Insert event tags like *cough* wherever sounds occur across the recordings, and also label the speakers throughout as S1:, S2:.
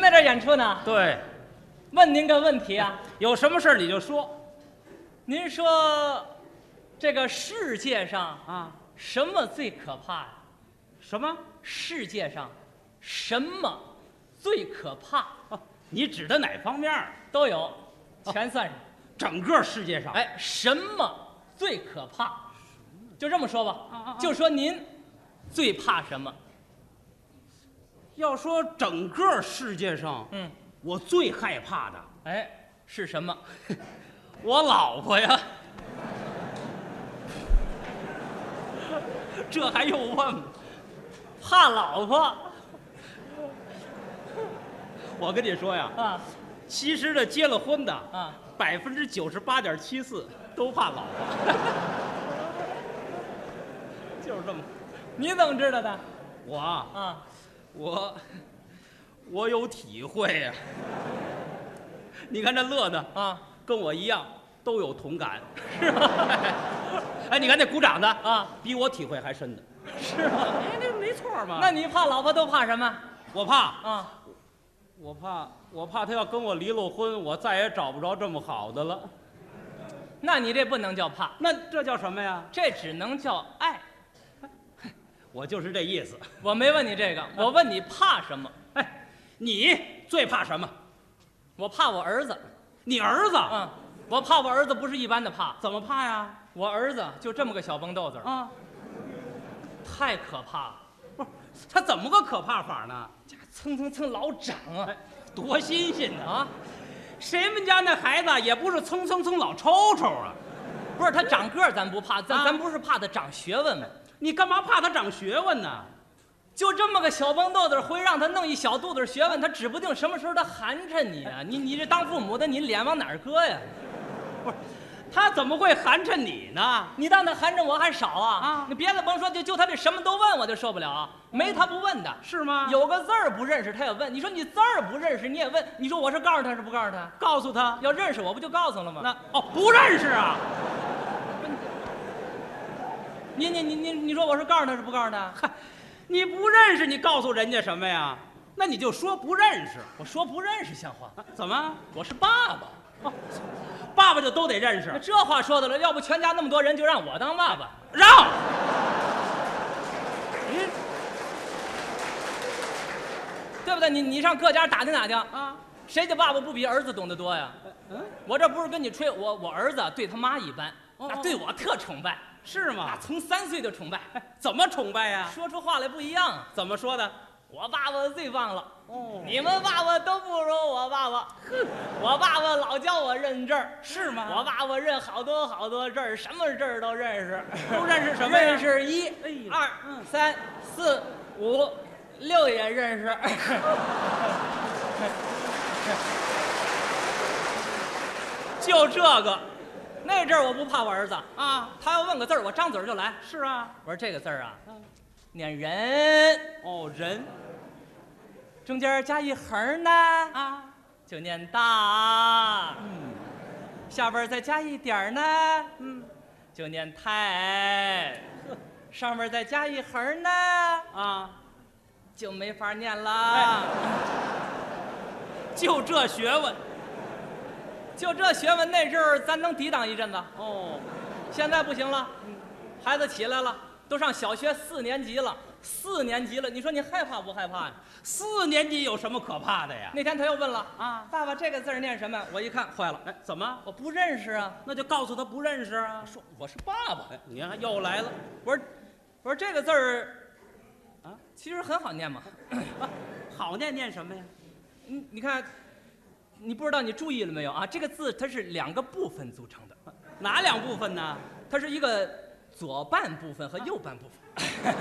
S1: 在这儿演出呢。
S2: 对，
S1: 问您个问题啊，
S2: 有什么事儿你就说
S1: 您说这个世界上
S2: 啊。
S1: 什么最可怕呀、
S2: 什么？
S1: 世界上什么最可怕
S2: 哦你指的哪方面儿？
S1: 都有，全算上。
S2: 整个世界上？，
S1: 哎，什么最可怕？就这么说
S2: 啊啊
S1: 吧
S2: 啊，
S1: 就说您最怕什么？
S2: 要说整个世界上，
S1: 嗯，
S2: 我最害怕的，
S1: 哎，是什么？
S2: 我老婆呀。 *laughs* 这还用问吗？
S1: 怕老婆
S2: 我跟你说呀，
S1: 啊
S2: 其实这结了婚的，
S1: 啊！
S2: 百分之九十八点七四都怕老婆， *laughs* 就是这么。
S1: 你怎么知道的？
S2: 我啊
S1: 啊，
S2: 我我有体会呀、 *laughs* 你看这乐的
S1: 啊，
S2: 跟我一样都有同感， *laughs* 是吧？哎，你看那鼓掌的
S1: 啊，
S2: 比我体会还深呢。
S1: 是吗？
S2: *laughs* 哎，那没错嘛
S1: 那
S2: 那
S1: 你怕老婆都怕什么？
S2: 我怕，
S1: 啊，
S2: 我怕，我怕他要跟我离了婚，我再也找不着这么好的了。
S1: 那你这不能叫怕，
S2: 那这叫什么呀？
S1: 这只能叫爱。
S2: 我就是这意思。 *laughs*
S1: 我没问你这个，我问你怕什么？
S2: 哎，你最怕什么？
S1: 我怕我儿子。
S2: 你儿子、
S1: 嗯，我怕我儿子不是一般的怕，
S2: 怎么怕呀？
S1: 我儿子就这么个小蹦豆子儿，
S2: 啊，
S1: 太可怕了，
S2: 不是他怎么个可怕法呢？
S1: 蹭蹭蹭老长啊
S2: 哎，多新鲜呢！
S1: 啊！
S2: 谁们家那孩子也不是蹭蹭蹭老抽抽啊？
S1: 不是他长个儿咱不怕，咱
S2: 啊
S1: 咱不是怕他长学问吗？
S2: 你干嘛怕他长学问呢？
S1: 就这么个小蹦豆子儿，会让他弄一小肚子学问，他指不定什么时候他寒碜你啊！你你这当父母的，你脸往哪儿搁呀？
S2: 他怎么会寒碜你呢？
S1: 你当他寒碜我还少啊？
S2: 啊
S1: 你别的甭说，就就他这什么都问，我就受不了啊！没他不问的，
S2: 是吗？
S1: 有个字儿不认识他也问。你说你字儿不认识你也问，你说我是告诉他是不告诉他？
S2: 告诉他，
S1: 要认识我不就告诉了吗？
S2: 那哦不认识啊？
S1: 你你你你你说我是告诉他是不告诉他？
S2: 嗨，你不认识，你告诉人家什么呀？ *laughs* 那你就说不认识，
S1: 我说不认识像话，
S2: 啊怎么？
S1: 我是爸爸。
S2: 爸爸就都得认识
S1: 那？这话说的了，要不全家那么多人就让我当爸爸。
S2: 让。咦
S1: 对不对？你你上各家打听打听，
S2: 啊，
S1: 谁家爸爸不比儿子懂得多呀？
S2: 嗯，
S1: 我这不是跟你吹，我我儿子对他妈一般，
S2: 哦啊
S1: 那对我特崇拜，
S2: 是
S1: 那
S2: 吗？
S1: 从三岁就崇拜，
S2: 怎么崇拜呀？
S1: 说出话来不一样啊。
S2: 怎么说的？
S1: 我爸爸最棒了，
S2: 哦
S1: 你们爸爸都不如我爸爸。 *laughs* 我爸爸老教我认字儿，
S2: 是吗？
S1: 我爸爸认好多好多字儿，什么字儿都认识。
S2: 都认识什么呀？
S1: 认识一
S2: 哎呀、
S1: 二、
S2: 嗯
S1: 三、四、五、六也认识。 *laughs*
S2: 就这个
S1: 那阵儿我不怕我儿子，
S2: 啊？
S1: 他要问个字儿，我张嘴儿就来。
S2: 是啊。
S1: 我说这个字儿啊
S2: 嗯，
S1: 念人，
S2: 哦，人
S1: 中间加一横儿呢，
S2: 啊，
S1: 就念大；
S2: 嗯
S1: 下边儿再加一点儿呢，
S2: 嗯
S1: 就念太；上边儿再加一横儿呢，
S2: 啊，
S1: 就没法念了。
S2: 就这学问
S1: 就这学问，那阵儿咱能抵挡一阵子，
S2: 哦，
S1: 现在不行了。孩子起来了，都上小学四年级了，四年级了，你说你害怕不害怕呀？
S2: 四年级有什么可怕的呀？
S1: 那天他又问了，
S2: 啊，
S1: 爸爸这个字儿念什么？我一看坏了，
S2: 哎，怎么？
S1: 我不认识啊。
S2: 那就告诉他不认识啊。
S1: 说我是爸爸。
S2: 哎，你看又来了，
S1: 我说，我说这个字儿，
S2: 啊，
S1: 其实很好念 *clears throat* 嘛。
S2: 好念念什么呀？
S1: 你你看，你不知道你注意了没有啊？这个字它是两个部分组成的，
S2: 哪两部分呢？
S1: 它是一个左半部分和右半部 *laughs* 分，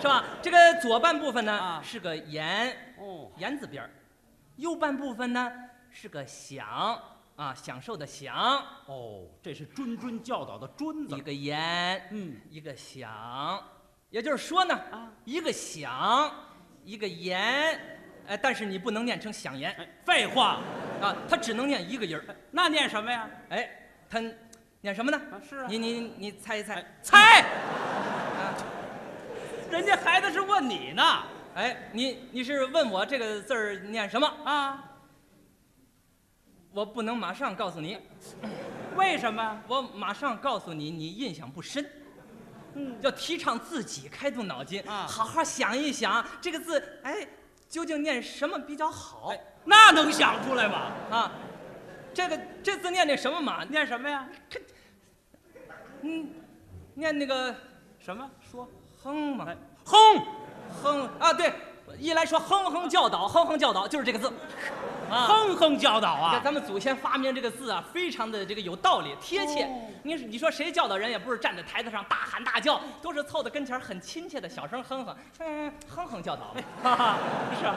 S1: 是吧？这个左半部分呢、
S2: 啊
S1: 是个言
S2: 哦，
S1: 言字边儿，右半部分呢是个享啊享受的享，
S2: 哦，这是谆谆教导的谆
S1: 一
S2: 字。
S1: 个言
S2: 嗯
S1: 一个享，也就是说呢，
S2: 啊，
S1: 一个响，一个言，哎，但是你不能念成响言
S2: 哎，废话，
S1: 啊，它只能念一个音儿。
S2: 那念什么呀？
S1: 哎，它念什么呢？
S2: 啊，是啊，哎
S1: 你你你
S3: 哎
S1: 猜一猜
S2: 猜
S1: 啊？
S2: 人家孩子是问你呢，
S1: 哎，你你是问我这个字儿念什么啊？我不能马上告诉你，
S3: 为什么？
S1: 我马上告诉你，你印象不深。
S3: 嗯，
S1: 要提倡自己开动脑筋
S3: 啊
S1: 好好想一想这个字，哎，究竟念什么比较好
S3: 哎那能想出来吗？
S1: 啊？这个这字念那什么嘛？
S3: 念什么呀？
S1: 嗯，念那个
S3: 什么？说
S1: 哼
S2: 哎
S1: 嘛，
S3: 轰！
S1: 哼啊，对，一来说哼哼教导，哼哼教导就是这个字，啊。
S3: 哼哼教导
S1: 你看
S3: 啊！
S1: 咱们祖先发明这个字啊，非常的这个有道理、贴切
S3: 哦。
S1: 你你说谁教导人也不是站在台子上大喊大叫，都是凑到跟前儿很亲切的小声哼哼，嗯，哼哼教导。
S3: 哈哈，是啊，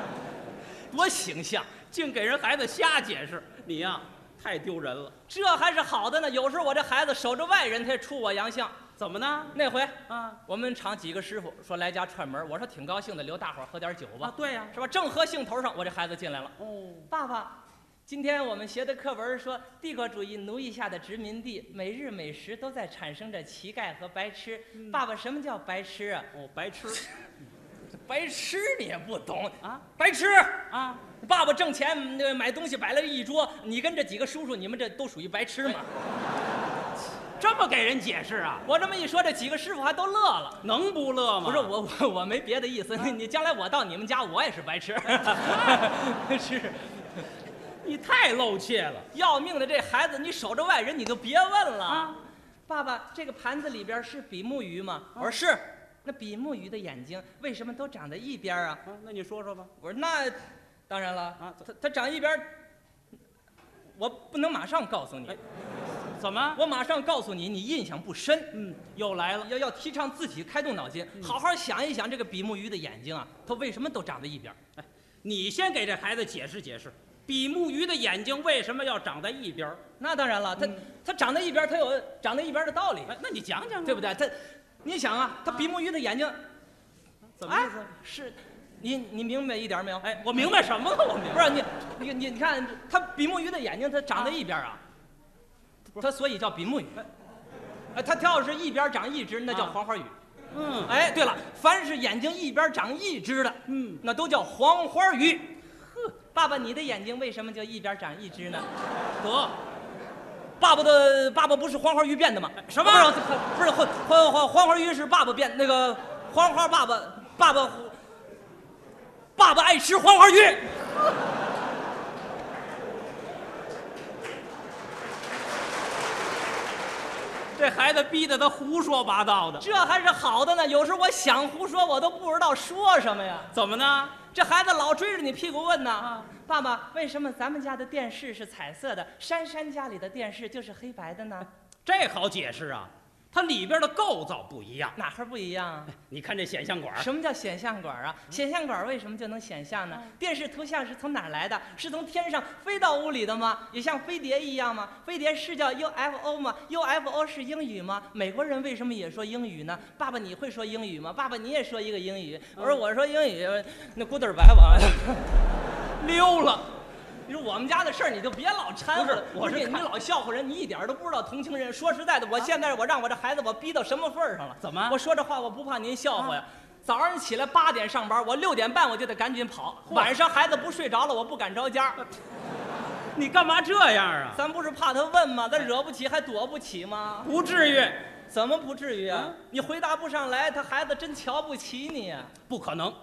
S2: 多形象，净给人孩子瞎解释。你呀、太丢人了。
S1: 这还是好的呢。有时候我这孩子守着外人，他也出我洋相。
S2: 怎么呢？
S1: 那回
S2: 啊
S1: 我们厂几个师傅说来家串门，我说挺高兴的，留大伙儿喝点酒
S2: 啊
S1: 吧，，
S2: 对呀、
S1: 是吧？正合兴头上，我这孩子进来了。
S2: 哦，
S1: 爸爸，今天我们学的课文说，帝国主义奴役下的殖民地，每日每时都在产生着乞丐和白痴。爸爸，什么叫白痴啊？
S2: 哦，白痴
S1: 白痴你也不懂
S2: 啊！
S1: 白痴！
S2: 啊！
S1: 爸爸挣钱，那买东西摆了一桌，你跟这几个叔叔，你们这都属于白痴嘛？
S3: 这么给人解释啊？
S1: *laughs* 我这么一说，这几个师傅还都乐了。
S2: 能不乐吗？
S1: 不是我我我没别的意思，你将来我到你们家，我也是白 *laughs* 痴。是
S2: 你太露怯了。
S1: 要命的这孩子，你守着外人你就别问了
S3: 啊！
S1: 爸爸，这个盘子里边是比目鱼吗？
S2: 嗯
S1: 我说是。那比目鱼的眼睛为什么都长在一边啊？
S2: 啊，那你说说吧。
S1: 我说那当然了，
S2: 啊
S1: 它它长一边儿，我不能马上告诉你
S2: 哎，怎么？
S1: 我马上告诉你，你印象不深。
S2: 嗯，又来了。
S1: 要要提倡自己开动脑筋，
S2: 嗯
S1: 好好想一想这个比目鱼的眼睛啊，它为什么都长在一边儿？
S2: 你先给这孩子解释解释，比目鱼的眼睛为什么要长在一边儿？
S1: 那当然了，它、它长在一边儿，它有长在一边儿的道理，
S2: 嗯哎，那你讲讲啊
S1: 对不？对？它，你想啊，它比目鱼的眼睛
S2: 怎么意思？
S1: 是，你你明白一点没有？
S2: 啊哎，我明白什么了？我明
S1: 不
S2: 白。
S1: 是你你你你看，它比目鱼的眼睛它长在一边啊，它所以叫比目鱼。哎，它它要是一边长一只，那叫
S2: 啊
S1: 黄花鱼。
S2: 嗯
S1: 哎，对了，凡是眼睛一边长一只的，
S2: 嗯，
S1: 那都叫黄花鱼。呵，爸爸，你的眼睛为什么就一边长一只呢？
S2: 得，
S1: 爸爸的爸爸不是黄花鱼变的吗？
S2: 什么
S1: 不是不是黄黄黄黄花鱼是爸爸变那个黄花爸爸爸爸爸爸爱吃黄花鱼。
S2: 这孩子逼得他胡说八道的。
S1: 这还是好的呢。有时候我想胡说，我都不知道说什么呀。
S2: 怎么呢？
S1: 这孩子老追着你屁股问呢。啊爸爸，为什么咱们家的电视是彩色的，珊珊家里的电视就是黑白的呢？
S2: 这好解释啊，它里边的构造不一样。
S1: 哪儿不一样啊？
S2: 你看这显像管儿，嗯
S1: 什么叫显像管啊？显像管为什么就能显像呢？电视图像是从哪儿来的？是从天上飞到屋里的吗？也像飞碟一样吗？飞碟是叫 UFO 吗？UFO 是英语吗？美国人为什么也说英语呢？爸爸，你会说英语吗？爸爸，你也说一个英语。
S2: 嗯
S1: 我说我说英语，那古德白吧。
S2: 溜了。
S1: 你说我们家的事儿你就别老掺和了，
S2: 不是我是
S1: 你你
S2: 看啊
S1: 老笑话人，你一点儿都不知道同情人。说实在的，我现在我让我这孩子我逼到什么份儿上了？
S2: 怎么
S1: 我说这话我不怕您笑话呀。早上起来八点上班，我六点半我就得赶紧跑。
S2: 嚯
S1: 晚上孩子不睡着了，我不敢着家。
S2: 你干嘛这样啊？
S1: 咱不是怕他问吗？咱惹不起还躲不起吗？
S2: 不至于，
S1: 怎么不至于啊？你回答不上来，他孩子真瞧不起你啊。
S2: 不可能。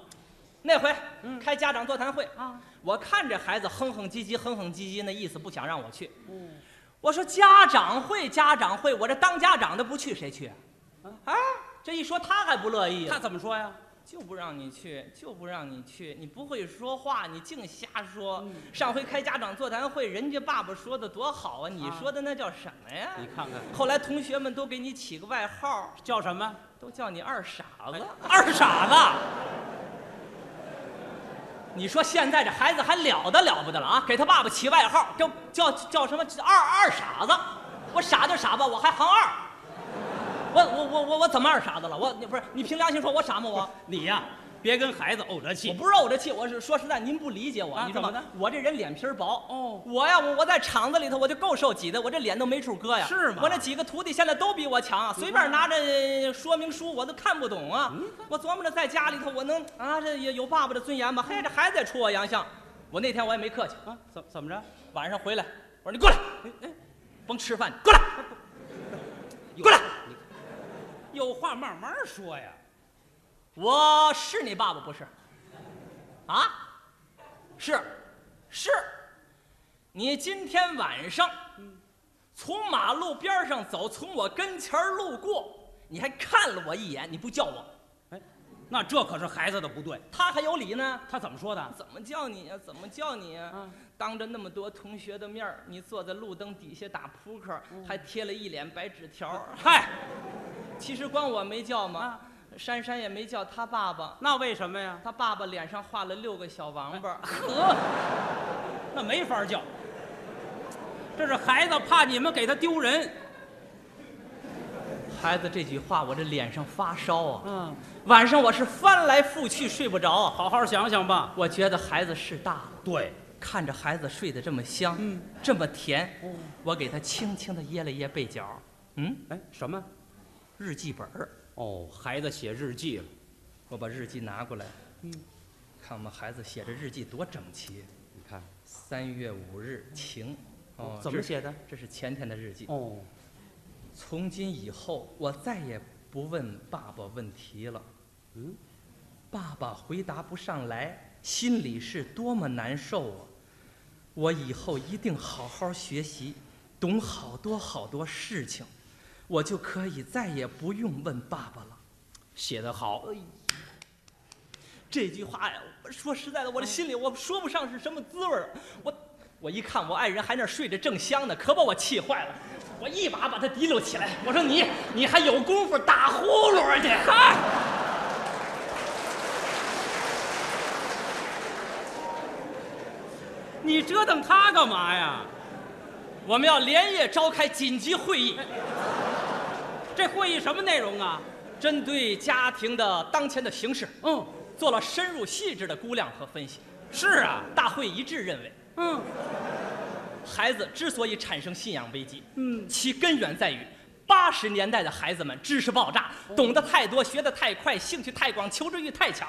S1: 那回开家长座谈会
S3: 啊，
S1: 我看这孩子哼哼唧唧、哼哼唧唧，那意思不想让我去。我说家长会，家长会，我这当家长的不去谁去啊？啊，这一说他还不乐意啊
S2: 他，怎么说呀？
S1: 就不让你去，就不让你去，你不会说话，你净瞎说。上回开家长座谈会，人家爸爸说的多好啊，你
S2: 啊
S1: 说的那叫什么呀？
S2: 你看看
S1: 后来同学们都给你起个外号，
S2: 叫什么？
S1: 都叫你二傻子。
S2: 二傻子。
S1: 你说现在这孩子还了得了不得了啊？给他爸爸起外号，叫叫叫什么二二傻子，我傻就傻吧，我还行二。我我我我我怎么二傻子了？我你不是你凭良心说我傻吗？我
S2: 你呀、别跟孩子怄着
S1: 我
S2: 气。
S1: 不是怄着气，我是说实在，您不理解我，
S3: 啊
S1: 你知道
S3: 怎么
S1: 吗？我这人脸皮儿薄。
S3: 哦
S1: 我要不我在厂子里头我就够受挤的，我这脸都没处搁呀。
S3: 是吗
S1: 我那几个徒弟现在都比我强啊，随便拿着说明书我都看不懂啊。
S3: 嗯
S1: 我琢磨着在家里头我能啊，这有有爸爸的尊严吧？嘿，这孩子也出我洋相。我那天我也没客气，
S3: 啊，怎怎么着？
S1: 晚上回来我说你过来，哎甭吃饭，过来，过来。
S3: 有话慢慢说呀。
S1: 我是你爸爸不是？啊，是，是，你今天晚上从马路边上走，从我跟前儿路过，你还看了我一眼，你不叫我，
S3: 哎，那这可是孩子的不对。
S1: 他还有理呢？
S3: 他怎么说的？
S1: 怎么叫你呀、怎么叫你呀、
S3: 嗯
S1: 当着那么多同学的面儿，你坐在路灯底下打扑克儿，
S3: 嗯
S1: 还贴了一脸白纸条儿。
S3: 嗨，
S1: 其实光我没叫嘛，
S3: 啊
S1: 珊珊也没叫他爸爸，
S3: 那为什么呀？
S1: 他爸爸脸上画了六个小王八儿。
S3: 呵，那没法叫。这是孩子怕你们给他丢人。
S1: 孩子这句话，我这脸上发烧啊！
S3: 嗯，
S1: 晚上我是翻来覆去睡不着啊。
S3: 好好想想吧。
S1: 我觉得孩子是大了，
S2: 对，
S1: 看着孩子睡得这么香，
S3: 嗯，
S1: 这么甜，我给他轻轻地掖了掖被角，嗯，
S3: 哎，什么？
S1: 日记本儿，
S3: 哦，孩子写日记了。
S1: 我把日记拿过来，嗯看我们孩子写着日记多整齐。
S3: 你看，
S1: 三月五日晴，哦，
S3: 怎么
S1: 这是
S3: 写的？
S1: 这是前天的日记。
S3: 哦，
S1: 从今以后，我再也不问爸爸问题了。
S3: 嗯，
S1: 爸爸回答不上来，心里是多么难受啊！我以后一定好好学习，懂好多好多事情，我就可以再也不用问爸爸了。
S3: 写得好。
S1: 这句话呀，我说实在的，我这心里我说不上是什么滋味儿。我我一看我爱人还那儿睡着正香呢，可把我气坏了。我一把把他提溜起来，我说你你还有功夫打呼噜啊你？嗨，
S3: 你折腾他干嘛呀？
S1: 我们要连夜召开紧急会议，
S3: 这会议什么内容啊？
S1: 针对家庭的当前的形势，
S3: 嗯，
S1: 做了深入细致的估量和分析。
S3: 是啊，
S1: 大会一致认为，
S3: 嗯
S1: 孩子之所以产生信仰危机，
S3: 嗯，
S1: 其根源在于八十年代的孩子们知识爆炸，懂得太多，学得太快，兴趣太广，求知欲太强。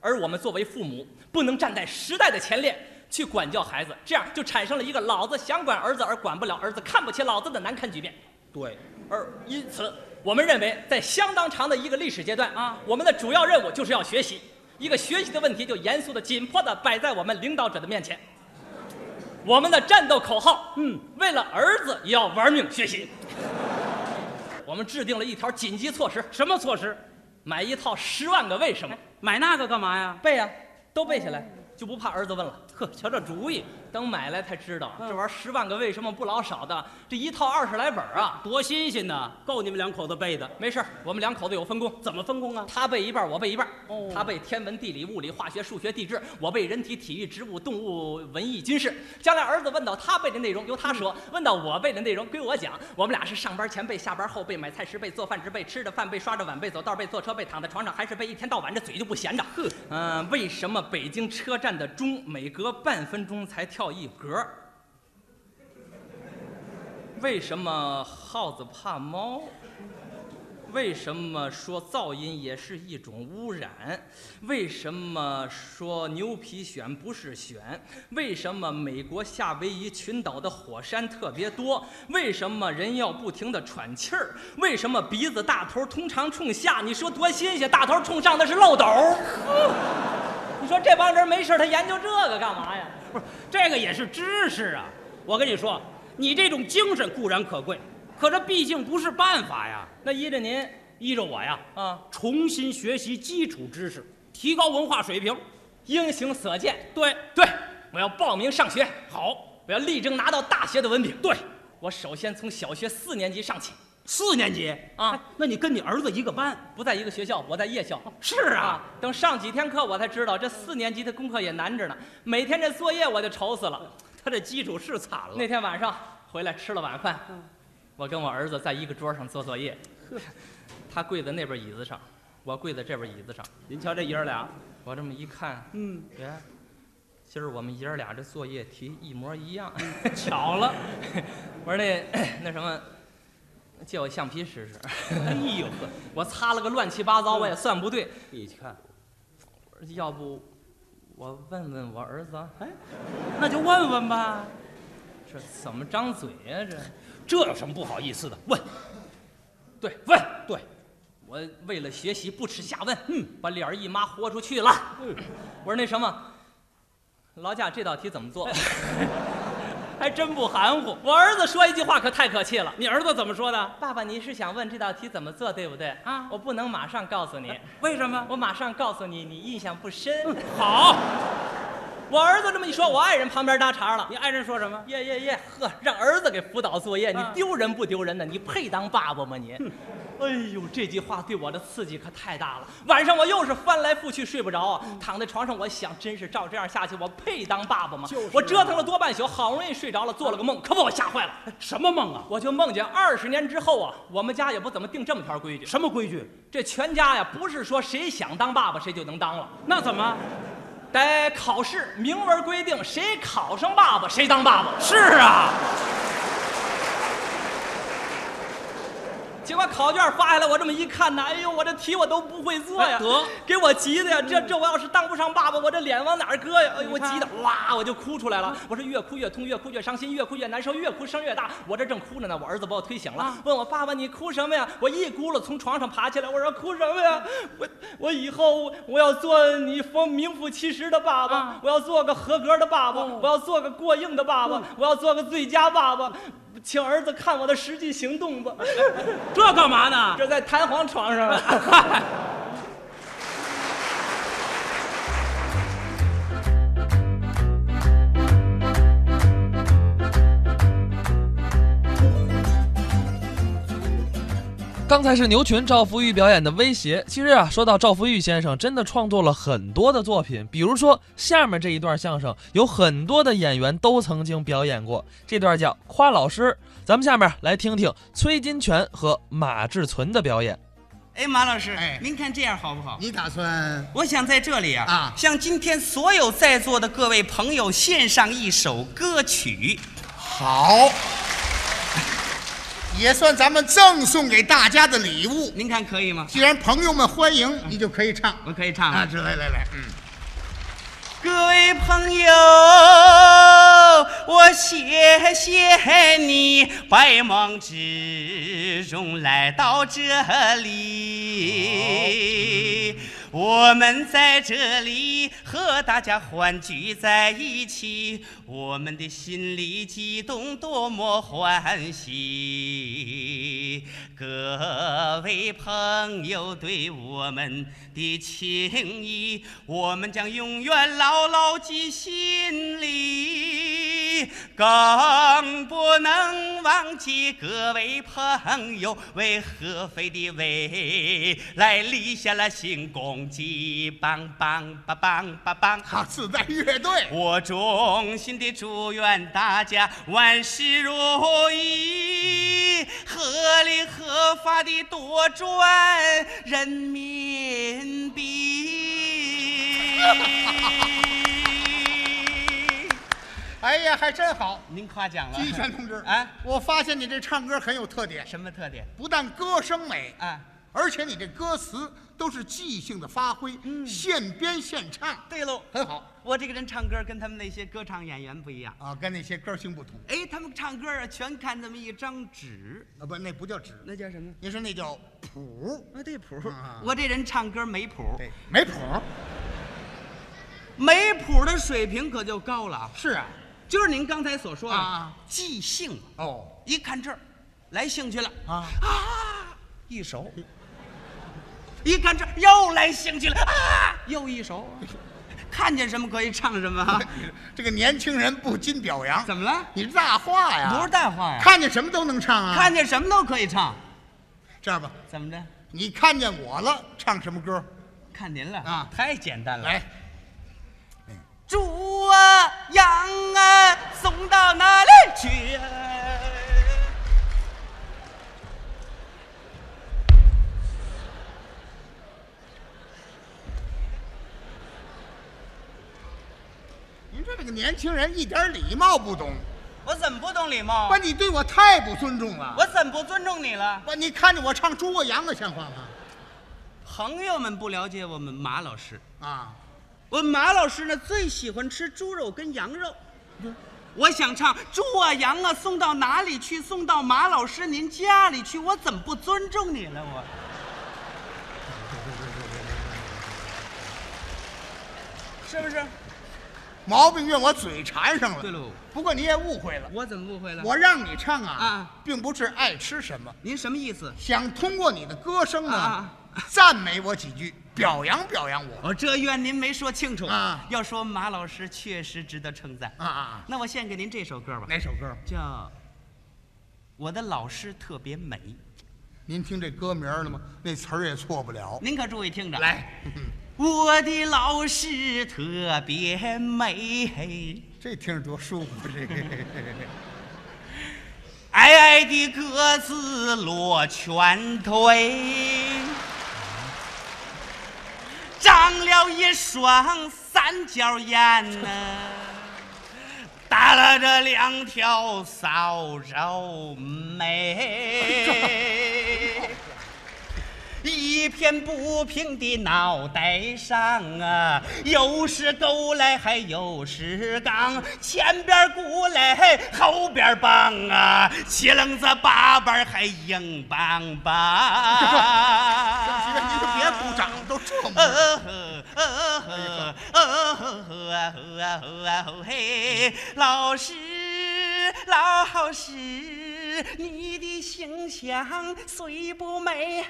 S1: 而我们作为父母，不能站在时代的前列去管教孩子，这样就产生了一个老子想管儿子而管不了，儿子看不起老子的难看局面。
S2: 对，
S1: 而因此，我们认为在相当长的一个历史阶段
S3: 啊
S1: 我们的主要任务就是要学习。一个学习的问题就严肃的、紧迫的摆在我们领导者的面前。我们的战斗口号，
S3: 嗯，
S1: 为了儿子也要玩命学习。我们制定了一条紧急措施，
S3: 什么措施？
S1: 买一套《十万个为什么》，
S3: 买那个干嘛呀？
S1: 背呀、啊都背下来，就不怕儿子问了。
S3: 呵，瞧这主意，
S1: 等买来才知道，这玩意儿《十万个为什么》不老少的，这一套二十来本儿啊。
S3: 多新鲜呐！够你们两口子背的。
S1: 没事儿，我们两口子有分工，
S3: 怎么分工啊？
S1: 他背一半儿，我背一半儿。
S3: 哦
S1: 他背天文、地理、物理、化学、数学、地质，我背人体、体育、植物、动物、文艺、军事。将来儿子问到他背的内容，由他说；问到我背的内容，归我讲。我们俩是上班前背，下班后背，买菜时背，做饭时背，吃着饭背，刷着碗背，走道背，坐车背，躺在床上还是背，一天到晚这嘴就不闲着。
S3: 呵
S1: 嗯、为什么北京车站的钟每隔半分钟才跳一格？为什么耗子怕猫？为什么说噪音也是一种污染？为什么说牛皮癣不是癣？为什么美国夏威夷群岛的火山特别多？为什么人要不停地喘气儿？为什么鼻子大头通常冲下？你说多新鲜！大头冲上那是漏斗儿。你说这帮人没事儿他研究这个干嘛呀？
S3: 不是，这个也是知识啊！我跟你说，你这种精神固然可贵，可这毕竟不是办法呀。
S1: 那依着您
S3: 依着我呀，
S1: 啊，
S3: 重新学习基础知识，提高文化水平。
S1: 英雄所见。
S3: 对，
S1: 对，我要报名上学，
S3: 好，
S1: 我要力争拿到大学的文凭。
S3: 对，
S1: 我首先从小学四年级上起，
S3: 四年级
S1: 啊
S3: 哎那你跟你儿子一个班？
S1: 不在一个学校，我在夜校。
S3: 是
S1: 啊，，等上几天课，我才知道这四年级的功课也难着呢。每天这作业我就愁死了。
S3: 他这基础是惨了。
S1: 那天晚上回来吃了晚饭，我跟我儿子在一个桌上做作业，他跪在那边椅子上，我跪在这边椅子上，
S3: 您瞧这爷儿俩，
S1: 我这么一看，
S3: 嗯，
S1: 哎，今儿我们爷儿俩这作业题一模一 *laughs* 样。
S3: 巧了，
S1: 我说那 *clears throat* 那什么，借我橡皮试试。
S3: 哎呦呵，
S1: 我擦了个乱七八糟，我也算不对。
S3: 你看，
S1: 要不我问问我儿子，
S3: 那就问问吧，
S1: 这怎么张嘴呀、这
S3: 这有什么不好意思的？问，
S1: 对
S3: 问，对，
S1: 我为了学习不耻下问，
S3: 嗯，
S1: 把脸儿一抹豁出去了。
S3: 嗯
S1: 我说那什么，劳驾这道题怎么 *laughs* 做？
S3: 还真不含糊。
S1: 我儿子说一句话可太可气了。
S3: 你儿子怎么说的？
S1: 爸爸，你是想问这道题怎么做，对不对？
S3: 啊
S1: 我不能马上告诉你，
S3: 为什么？
S1: 我马上告诉你，你印象不深。
S3: 好，
S1: 我儿子这么一说，我爱人旁边搭茬了。
S3: 你爱人说什么？
S1: 耶耶耶！呵，让儿子给辅导作业，你
S3: 啊
S1: 丢人不丢人呢？你配当爸爸
S3: *laughs*
S1: 吗你？哎呦，这句话对我的刺激可太大了。晚上我又是翻来覆去睡不着啊，躺在床上我想，真是照这样下去，我配当爸爸吗？
S3: 就是啊
S1: 我折腾了多半宿，好容易睡着了，做了个梦，可把我吓坏了。
S3: 什么梦啊？
S1: 我就梦见二十年之后啊，我们家也不怎么定这么条规矩，
S3: 什么规矩？
S1: 这全家呀，不是说谁想当爸爸谁就能当了，
S3: 那怎么？
S1: 得考试，明文规定谁考上爸爸谁当爸爸。
S3: 是啊，
S1: 结果考卷发下来，我这么一看呐，哎呦，我这题我都不会做呀，
S3: 哎得嗯
S1: 给我急的呀！这这我要是当不上爸爸，我这脸往哪儿搁呀？哎呦，我
S3: 你看
S1: 急的哇，我就哭出来了。我是越哭越痛，越哭越伤心，越哭越难受，越哭声越大。我这正哭着呢，我儿子把我推醒了
S3: 啊，
S1: 问我爸爸你哭什么呀？我一咕噜从床上爬起来，我说哭什么呀？
S3: 嗯
S1: 我我以后我要做你风名副其实的爸爸
S3: 啊，
S1: 我要做个合格的爸爸，
S3: 哦
S1: 我要做个过硬的爸爸，我要做个最佳爸爸。请儿子看我的实际行动吧。
S3: 这干嘛
S2: 啊
S3: 呢？
S1: 这在弹簧床上了。
S4: 刚才是牛群、赵福玉表演的《威胁》。其实啊，说到赵福玉先生，真的创作了很多的作品，比如说下面这一段相声，有很多的演员都曾经表演过。这段叫《夸老师》，咱们下面来听听崔金泉和马志存的表演。
S5: 哎，马老师，
S6: 哎
S5: 您看这样好不好？
S6: 你打算
S5: 我想在这里啊，
S6: 啊
S5: 向今天所有在座的各位朋友献上一首歌曲。
S6: 好，也算咱们赠送给大家的礼物。
S5: 您看可以吗？
S6: 既然朋友们欢迎，你就可以唱
S5: 我可以唱
S6: 啊！
S5: 啊。
S6: 这来来来，嗯，
S5: 各位朋友，我谢谢你百忙之中来到这里。我们在这里和大家欢聚在一起，我们的心里激动，多么欢喜！各位朋友对我们的情谊，我们将永远牢牢记心里，更不能忘记各位朋友为合肥的未来立下了新功绩，棒棒棒棒棒棒！
S6: 好，自带乐队，
S5: 我衷心的祝愿大家万事如意，合理合法的多赚人民币。
S6: 哎呀，还真好。
S5: 您夸奖了，
S6: 金泉同志
S5: 啊，
S6: 我发现你这唱歌很有特点，
S5: 什么特点
S6: 不但歌声美，
S5: 啊？
S6: 而且你这歌词都是即兴的发挥，现编现唱，
S5: 对喽，
S6: 很好
S5: 我这个人唱歌跟他们那些歌唱演员不一样，
S6: 啊，跟那些歌星不同
S5: 哎，他们唱歌啊全看这么一张纸，
S6: 啊，不，那不叫指，
S5: 那叫什么？
S6: 您说那叫谱，
S5: 啊，对谱
S6: 啊
S5: 我这人唱歌没谱，
S6: 对，没谱，
S5: 没谱的水平可就高了啊。
S6: 是啊，
S5: 就是您刚才所说的、
S6: 啊
S5: 即兴，
S6: 哦。
S5: 一看这儿，来兴趣了
S6: 啊
S5: 啊，一首，一看这儿又来兴趣了啊，又一首，看见什么可以唱什么啊？ *laughs*
S6: *laughs* 这个年轻人不禁表扬，
S5: 怎么了？
S6: 你是大话呀？
S5: 不是大话呀，
S6: 看见什么都能唱啊？
S5: 看见什么都可以唱，
S6: 这样吧，
S5: 怎么着？
S6: 你看见我了，唱什么歌？
S5: 看您了
S6: 啊
S5: 太简单了。哎
S6: 来，
S5: 猪啊，羊啊，送到哪里去啊？
S6: 这个年轻人一点礼貌不懂，
S5: 我怎么不懂礼貌啊
S6: 爸，？你对我太不尊重了。
S5: 我怎么不尊重你了？
S6: 爸，你看见我唱《猪过羊》了，像话吗？
S5: 朋友们不了解我们马老师，
S6: 啊，
S5: 我们马老师呢最喜欢吃猪肉跟羊肉。我想唱猪啊羊啊送到哪里去？送到马老师您家里去，我怎么不尊重你了？我是不是？
S6: 毛病怨我嘴馋上了。
S5: 对喽，
S6: 不过你也误会了，
S5: 我怎么误会了？
S6: 我让你唱啊，
S5: 啊
S6: 并不是爱吃什么，
S5: 您什么意思？
S6: 想通过你的歌声呢，
S5: 啊
S6: 赞美我几句，表扬表扬我。
S5: 我这怨您没说清楚
S6: 啊
S5: 要说马老师确实值得称赞
S6: 啊啊，
S5: 那我献给您这首歌吧，
S6: 哪首歌？
S5: 叫《我的老师特别美》。
S6: 您听这歌名了吗？那词儿也错不了。
S5: 您可注意听着，
S6: 来，
S5: 我的老师特别美，
S6: 这听着多舒服，这 *laughs* 个
S5: 矮矮的个子裸全腿，长了一双三角眼呢、耷拉着两条扫帚眉，一片不平的脑袋上啊，有时勾来还有时刚，前边鼓来后边梆啊，七棱子八瓣还硬邦
S6: *laughs*
S5: 邦。
S6: 您就别鼓掌了，都这么着。
S5: 嘿，哎老师，老师，你的形象虽不美，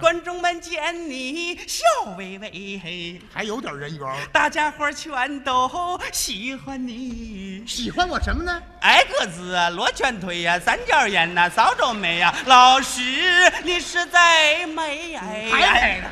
S5: 观众们见你笑微微，
S6: 还有点人缘儿。
S5: 大家伙全都喜欢你。
S6: 喜欢我什么呢？
S5: 矮个子啊，罗圈腿呀、三角眼呐、扫帚眉呀、老师你实在美哎。
S6: 还来呢？